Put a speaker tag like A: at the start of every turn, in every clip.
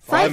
A: Five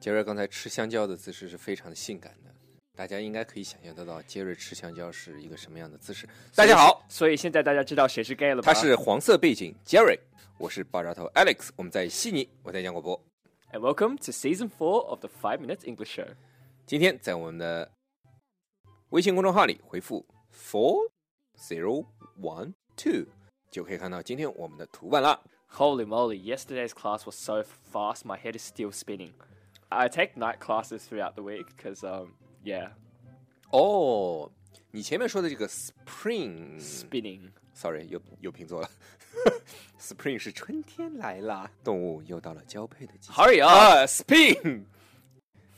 B: 杰瑞刚才吃香蕉的姿势是非常的性感的，大家应该可以想象得到杰瑞吃香蕉是一个什么样的姿势。啊大家好，
C: 所以现在大家知道谁是 gay 了吧？
B: 他是黄色背景杰瑞，我是爆炸头 Alex，我们在悉尼，我在杨国波。
C: And welcome to season four of the Five Minutes English Show。
B: 今天在我们的微信公众号里回复 four zero one two，就可以看到今天我们的图文了。
C: Holy moly! Yesterday's class was so fast, my head is still spinning. I take night classes throughout the week because, um, yeah,
B: 哦，你前面说的这个 spring，sorry，
C: spinning.
B: 又又拼错了 ，spring 是春天来啦，动物又到了交配的季节。
C: Hurry up!
B: 啊，spin。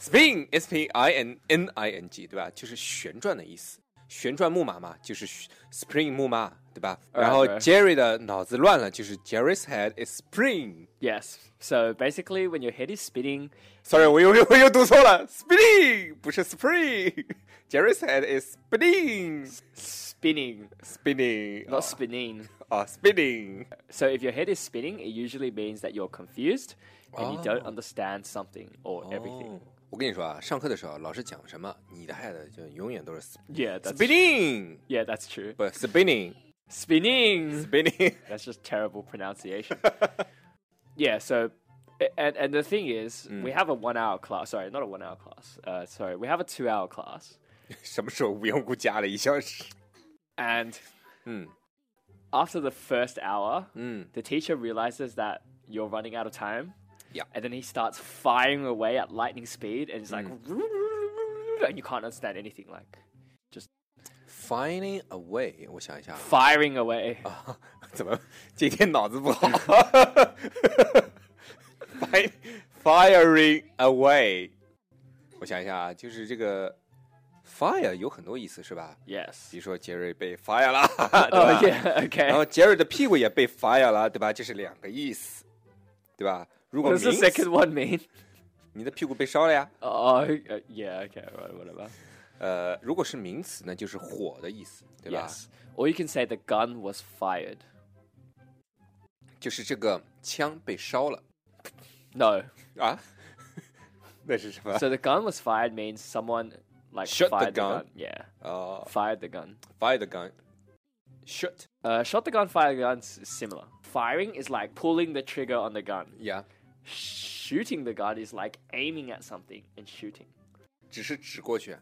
B: Spin S P I N N I N G 对吧？就是旋转的意思。旋转木马嘛，就是 spring 木马哎对吧？
C: Alright,
B: 然后
C: alright.
B: Jerry 的脑子乱了，就是 Jerry's head is spring。
C: Yes. So basically, when your head is spinning,
B: Sorry，我又我又读错了，spring 不是 spring。Jerry's head is spinning
C: spinning,
B: spinning
C: not spinning.
B: 啊 spinning。
C: So if your head is spinning, it usually means that you're confused and you don't
B: Oh.
C: understand something or everything.
B: 我跟你说啊，上课的时候老师讲什么，你的 head 就永远都是 spinning
C: Yeah, that's
B: spinning，
C: yeah, that's true.
B: 不 spinning
C: Spinning.
B: spinning。
C: That's just terrible pronunciation. yeah, so a- and and the thing is, we have a 1-hour class. Sorry, not a 1-hour class. Uh, sorry, we have a 2-hour class.
B: 什么时候无缘无故加了一小时？
C: And Hmm.
B: 嗯
C: after the first hour,
B: 嗯
C: the teacher realizes that you're running out of time.
B: Yeah.
C: And then he starts firing away at lightning speed and it's like and you can't understand anything like
B: ，finding a way，我想一下
C: firing away.
B: 啊，怎么今天脑子不 好 Fi-？firing away，我想一下啊，就是这个 fire 有很多意思是吧？
C: Yes.
B: 比如说杰瑞被 fire 了， 对
C: Oh
B: 吧
C: yeah, okay.
B: 然后杰瑞的屁股也被 fire 了，对吧？这是两个意思，对吧？如果
C: what does the
B: 名
C: second
B: 词，
C: one mean?
B: 你的屁股被烧了呀。
C: Oh, uh, yeah, okay, right, whatever.
B: 呃，如果是名词呢，就是火的意思，对吧
C: Yes. Or you can say the gun was fired.
B: 就是这个枪被烧了
C: No.
B: 啊，那是什么？
C: so the gun was fired means someone like
B: Shot the
C: fired
B: gun. Oh.
C: Yeah.
B: 哦
C: Fired the gun.
B: f i r e the gun，shoot，
C: Uh, shot the gun, fired the gun is similar. Firing is like pulling the trigger on the gun.
B: 呀、
C: Shooting the gun is like aiming at something and shooting.
B: 只是指过去，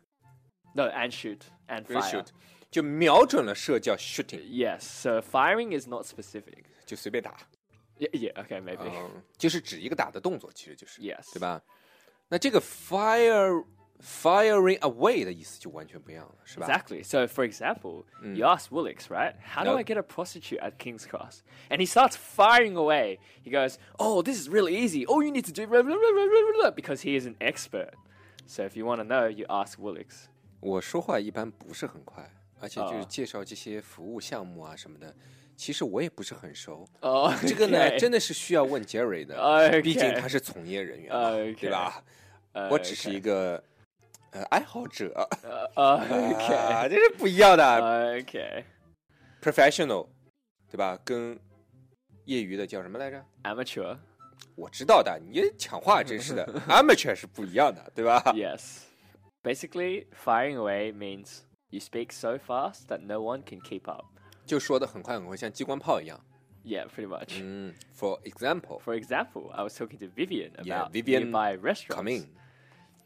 C: No, and shoot and
B: 不是
C: fire.
B: shoot，就瞄准了射叫 shooting，
C: Yes. So firing is not specific.
B: 就随便打，
C: Yeah. yeah okay. Maybe.
B: 嗯，就是指一个打的动作，其实就是
C: Yes.
B: 对吧？那这个 fire firing away 的意思就完全不一样了，是吧
C: Exactly. So, for example,
B: Mm.
C: you ask Woolix, right? How do
B: Yep.
C: I get a prostitute at King's Cross? And he starts firing away. He goes, "Oh, this is really easy. All you need to do," blah, blah, blah, blah, blah, blah," because he is an expert. So, if you want to know, you ask Woolix.
B: 我说话一般不是很快，而且就是
C: 啊
B: 介绍这些服务项目啊什么的，其实我也不是很熟。
C: Oh,
B: 这个呢，
C: okay.
B: 真的是需要问 Jerry 的
C: OK
B: 毕竟他是从业人员嘛
C: OK
B: 对吧？
C: Uh,
B: 我只是一个呃爱好者
C: okay.
B: 啊，这是不一样
C: 呃
B: 的
C: okay.
B: professional，对吧？跟业余的叫什么来着？
C: Amateur.
B: 我知道的，你抢话真是的 ，amateur 是不一样的，对吧
C: Yes. Basically, firing away means you speak so fast that no one can keep up.
B: 就说的很快很快，像机关炮一样。
C: Yeah, pretty much.
B: 嗯，for example，
C: For example, I was talking to Vivian
B: Yeah,
C: about
B: Vivian
C: nearby restaurants.
B: come in。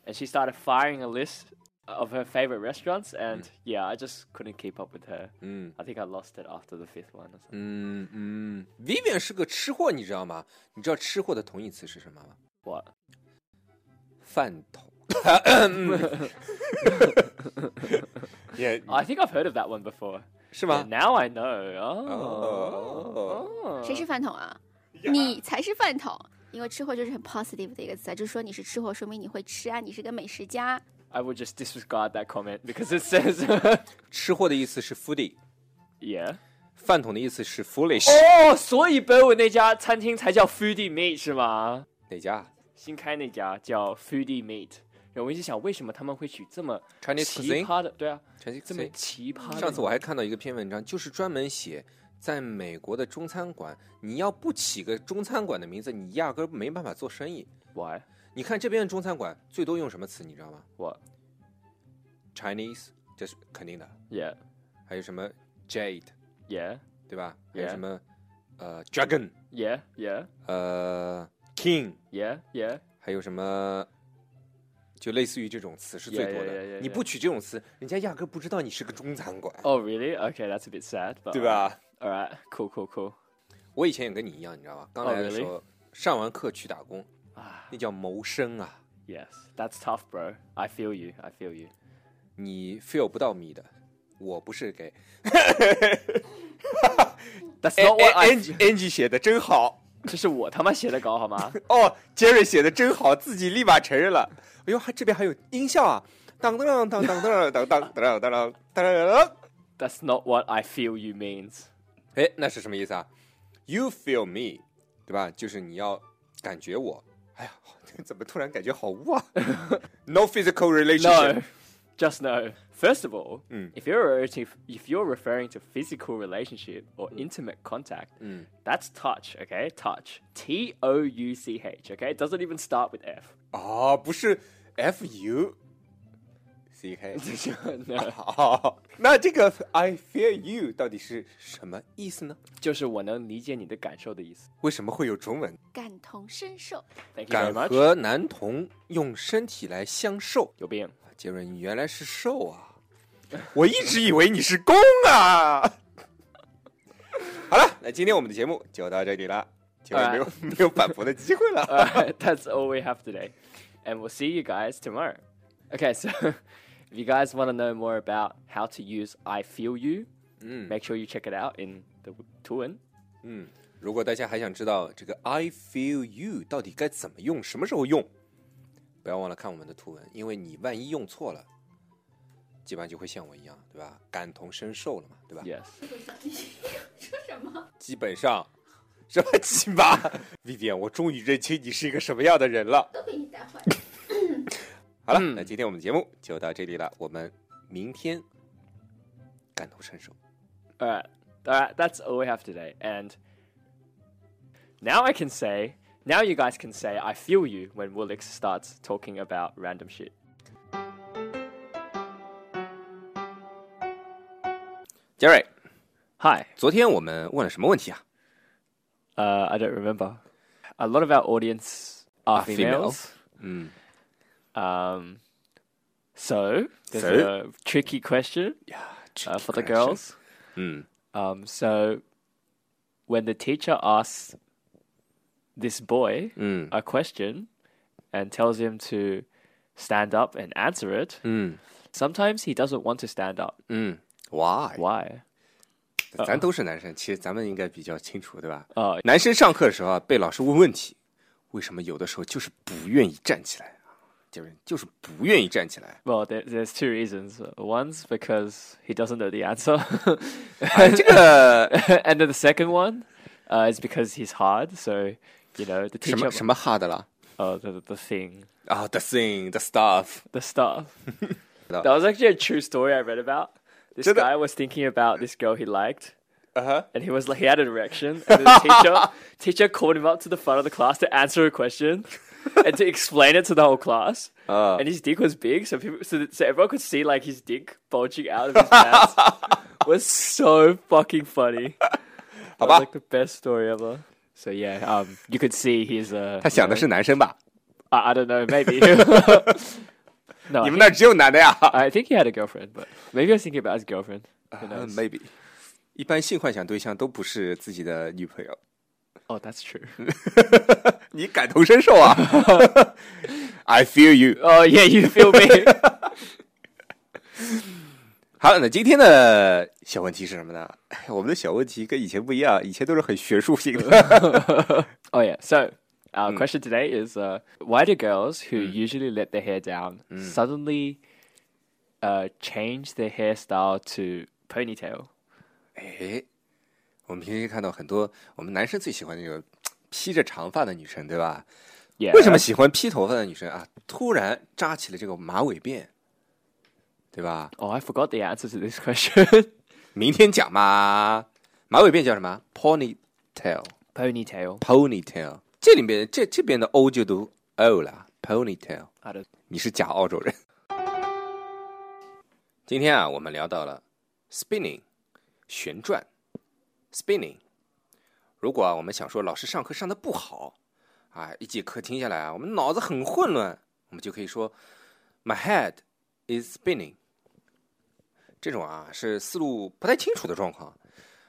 C: and she started firing a list of her favorite
B: Hmm.
C: restaurants and yeah i just couldn't keep up with her i think i lost it after the fifth one or something
B: 嗯嗯，Vivian 是个吃货，你知道吗？你知道吃货的同义词是什么吗？
C: what
B: 饭 桶。 也、
C: i think i've heard of that one before
B: 是吗？
C: Yeah, now i Oh.
B: Oh.
C: know
B: 哦，
A: 谁是饭桶啊？你才是饭桶，因为吃货就是很 positive 的一个词啊，就是说你是吃货，说明你会吃啊，你是个美食家。
C: oh I would just disregard that comment because it says,
B: 吃货的意思是 foodie，
C: yeah.
B: 饭桶的意思是 foolish。
C: 哦，所以 b e r w 那家餐厅才叫 Foodie Meat 是吗？
B: 哪家
C: 新开那家叫 Foodie Meat。然后我一直想，为什么他们会取这么
B: Chinese
C: 奇
B: cuisine？
C: 葩的？对啊，
B: 全
C: 这么奇葩的。
B: 上次我还看到一个篇文章，就是专门写在美国的中餐馆，你要不起个中餐馆的名字，你压根儿没办法做生意。
C: why
B: 你看这边的中餐馆最多用什么词，你知道吗
C: what
B: ？Chinese，这是肯定的，
C: yeah
B: 还有什么 Jade，
C: yeah
B: 对吧？还有
C: Yeah
B: 什么呃 Dragon，
C: yeah yeah
B: 呃 King，
C: yeah yeah
B: 还有什么？就类似于这种词是最多
C: Yeah, yeah, yeah,
B: 的
C: yeah,，
B: 你不取这种词，人家压根儿不知道你是个中餐馆，
C: oh really okay that's a bit sad but
B: 对吧？
C: all right cool cool cool
B: 我以前也跟你一样，你知道吧？刚来的时候，上完课去打工，
C: 啊
B: 那叫谋生啊！
C: yes that's tough bro I feel you I feel you
B: 你 feel 不到米的，我不是给。
C: that's
B: Eh,
C: not what I
B: Angie 写的真好
C: 这是我他妈写的稿好吗？
B: 哦，Jerry 写的真好，自己立马承认了。哎呦，还这边还有音效啊！当当当当当当当当当当当。
C: That's not what I feel you means.
B: 哎，那是什么意思啊？You feel me，对吧？就是你要感觉我。哎呀， 怎么突然感觉好污啊？No physical relationship。
C: No, just no. First of all,
B: Mm.
C: if you're re- if, if you're referring to physical relationship or intimate contact, that's touch. Okay, touch. T O U C H. Okay, it doesn't even start with F.
B: 啊，不是 F U C K。
C: no,
B: 哦，那这个 I fear you 到底是什么意思呢？
C: 就是我能理解你的感受的意思。
B: 为什么会有中文？
A: 感同身受，
C: Thank you
B: 敢
C: very much.
B: 和男童用身体来相受。
C: 有病。
B: 杰瑞，你原来是受啊！ 我一直以为你是攻啊！ 好了，那今天我们的节目就到这里了，杰瑞没有、没有反驳的机会了。
C: Alright, Uh, that's all we have today. And we'll see you guys tomorrow. Okay, so if you guys want to know more about how to use I Feel You, make sure you check it out in the Tuan.
B: 如果大家还想知道这个 I feel you 到底该怎么用，什么时候用，不要忘了看我们的图文，因为你万一用错了，基本上就会像我一样，对吧？感同身受了嘛，对吧
C: Yes.
B: 基本上，什 么鸡巴，Vivian，我终于认清你是一个什么样的人了。
A: 都给你带坏。
B: 好了，那今天我们的节目就到这里了，我们明天感同身受。
C: All right. All right. That's all we have today. And now I can say, now you guys can say, I feel you when Woolix starts talking about random shit.
B: 杰瑞，
C: Hi.
B: 昨天我们问了什么问题啊？
C: Uh, I don't remember. A lot of our audience are,
B: Are
C: females. Um, so there's
B: So?
C: a tricky question uh, for the girls. Um, so when the teacher asks this boy a question and tells him to stand up and answer it, sometimes he doesn't want to stand up.
B: 嗯，Why？
C: Why?
B: 咱都是男生，其实咱们应该比较清楚，对吧？
C: 哦。
B: 男生上课的时候啊，被老师问问题，为什么有的时候就是不愿意站起来啊？就是就是不愿意站起来
C: Well, there, there's two reasons. One's because he doesn't know the answer.
B: 哎，这个
C: and then the second one uh, is because he's hard. So, you know, the
B: 什
C: teacher,
B: 么什么 hard 了
C: oh, the, the thing,
B: 啊、t h e thing the stuff，
C: the stuff.
B: No.
C: that was actually a true story I read about. This
B: Did it-
C: guy was thinking about this girl he liked.
B: Uh-huh.
C: And he was like, he had an erection, and the teacher teacher called him up to the front of the class to answer a question
B: 哎
C: and to explain it to the whole class.
B: Ah.
C: And his dick was big, so people, so, so everyone could see like his dick bulging out of his pants. was so fucking funny. That was
B: 吧
C: like the best story ever. So yeah, um, you could see he's uh,
B: 他想的是男生吧？
C: I, I don't know, maybe. no,
B: 你们
C: I
B: 那儿只有男 的呀、
C: I think he had a girlfriend, but maybe I was thinking about his girlfriend. Who
B: Uh,
C: knows?
B: maybe，一般性幻想对象都不是自己的女朋友，
C: oh, that's true.
B: 你感同身受啊 ！I feel you。
C: Oh yeah, you feel me.
B: 好，那今天的小问题是什么呢？ 哎我们的小问题跟以前不一样，以前都是很学术性的。
C: Oh yeah. So Our question today is uh, why do girls who usually let their hair down suddenly uh, change their hairstyle to ponytail?
B: 哎，我们平时看到很多我们男生最喜欢那种披着长发的女生，对啊吧？
C: Yeah.
B: 为什么喜欢披头发的女生啊？突然扎起了这个马尾辫，对吧？
C: Oh, I forgot the answer to this question.
B: 明天讲嘛。马尾辫叫什么？ponytail。
C: ponytail.
B: ponytail。这里面这这边的 o 就读 o 了，ponytail。
C: I don't.
B: 你是假澳洲人。今天啊，我们聊到了 spinning 旋转 spinning。如果啊，我们想说老师上课上的不好啊，一节课听下来啊，我们脑子很混乱，我们就可以说 my head is spinning。这种啊是思路不太清楚的状况。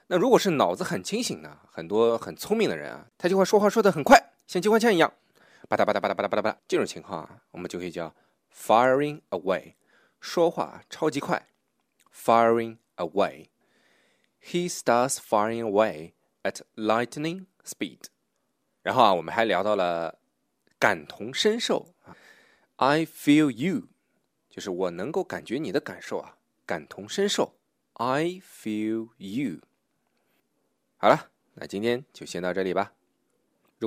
B: 那如果是脑子很清醒呢，很多很聪明的人啊，他就会说话说的很快，像机关枪一样，吧嗒吧嗒吧嗒吧嗒吧嗒吧嗒。这种情况啊，我们就可以叫 firing away。说话超级快，firing away。He starts firing away at lightning speed。然后啊，我们还聊到了感同身受啊，I feel you，就是我能够感觉你的感受啊，感同身受，I feel you。好了，那今天就先到这里吧。如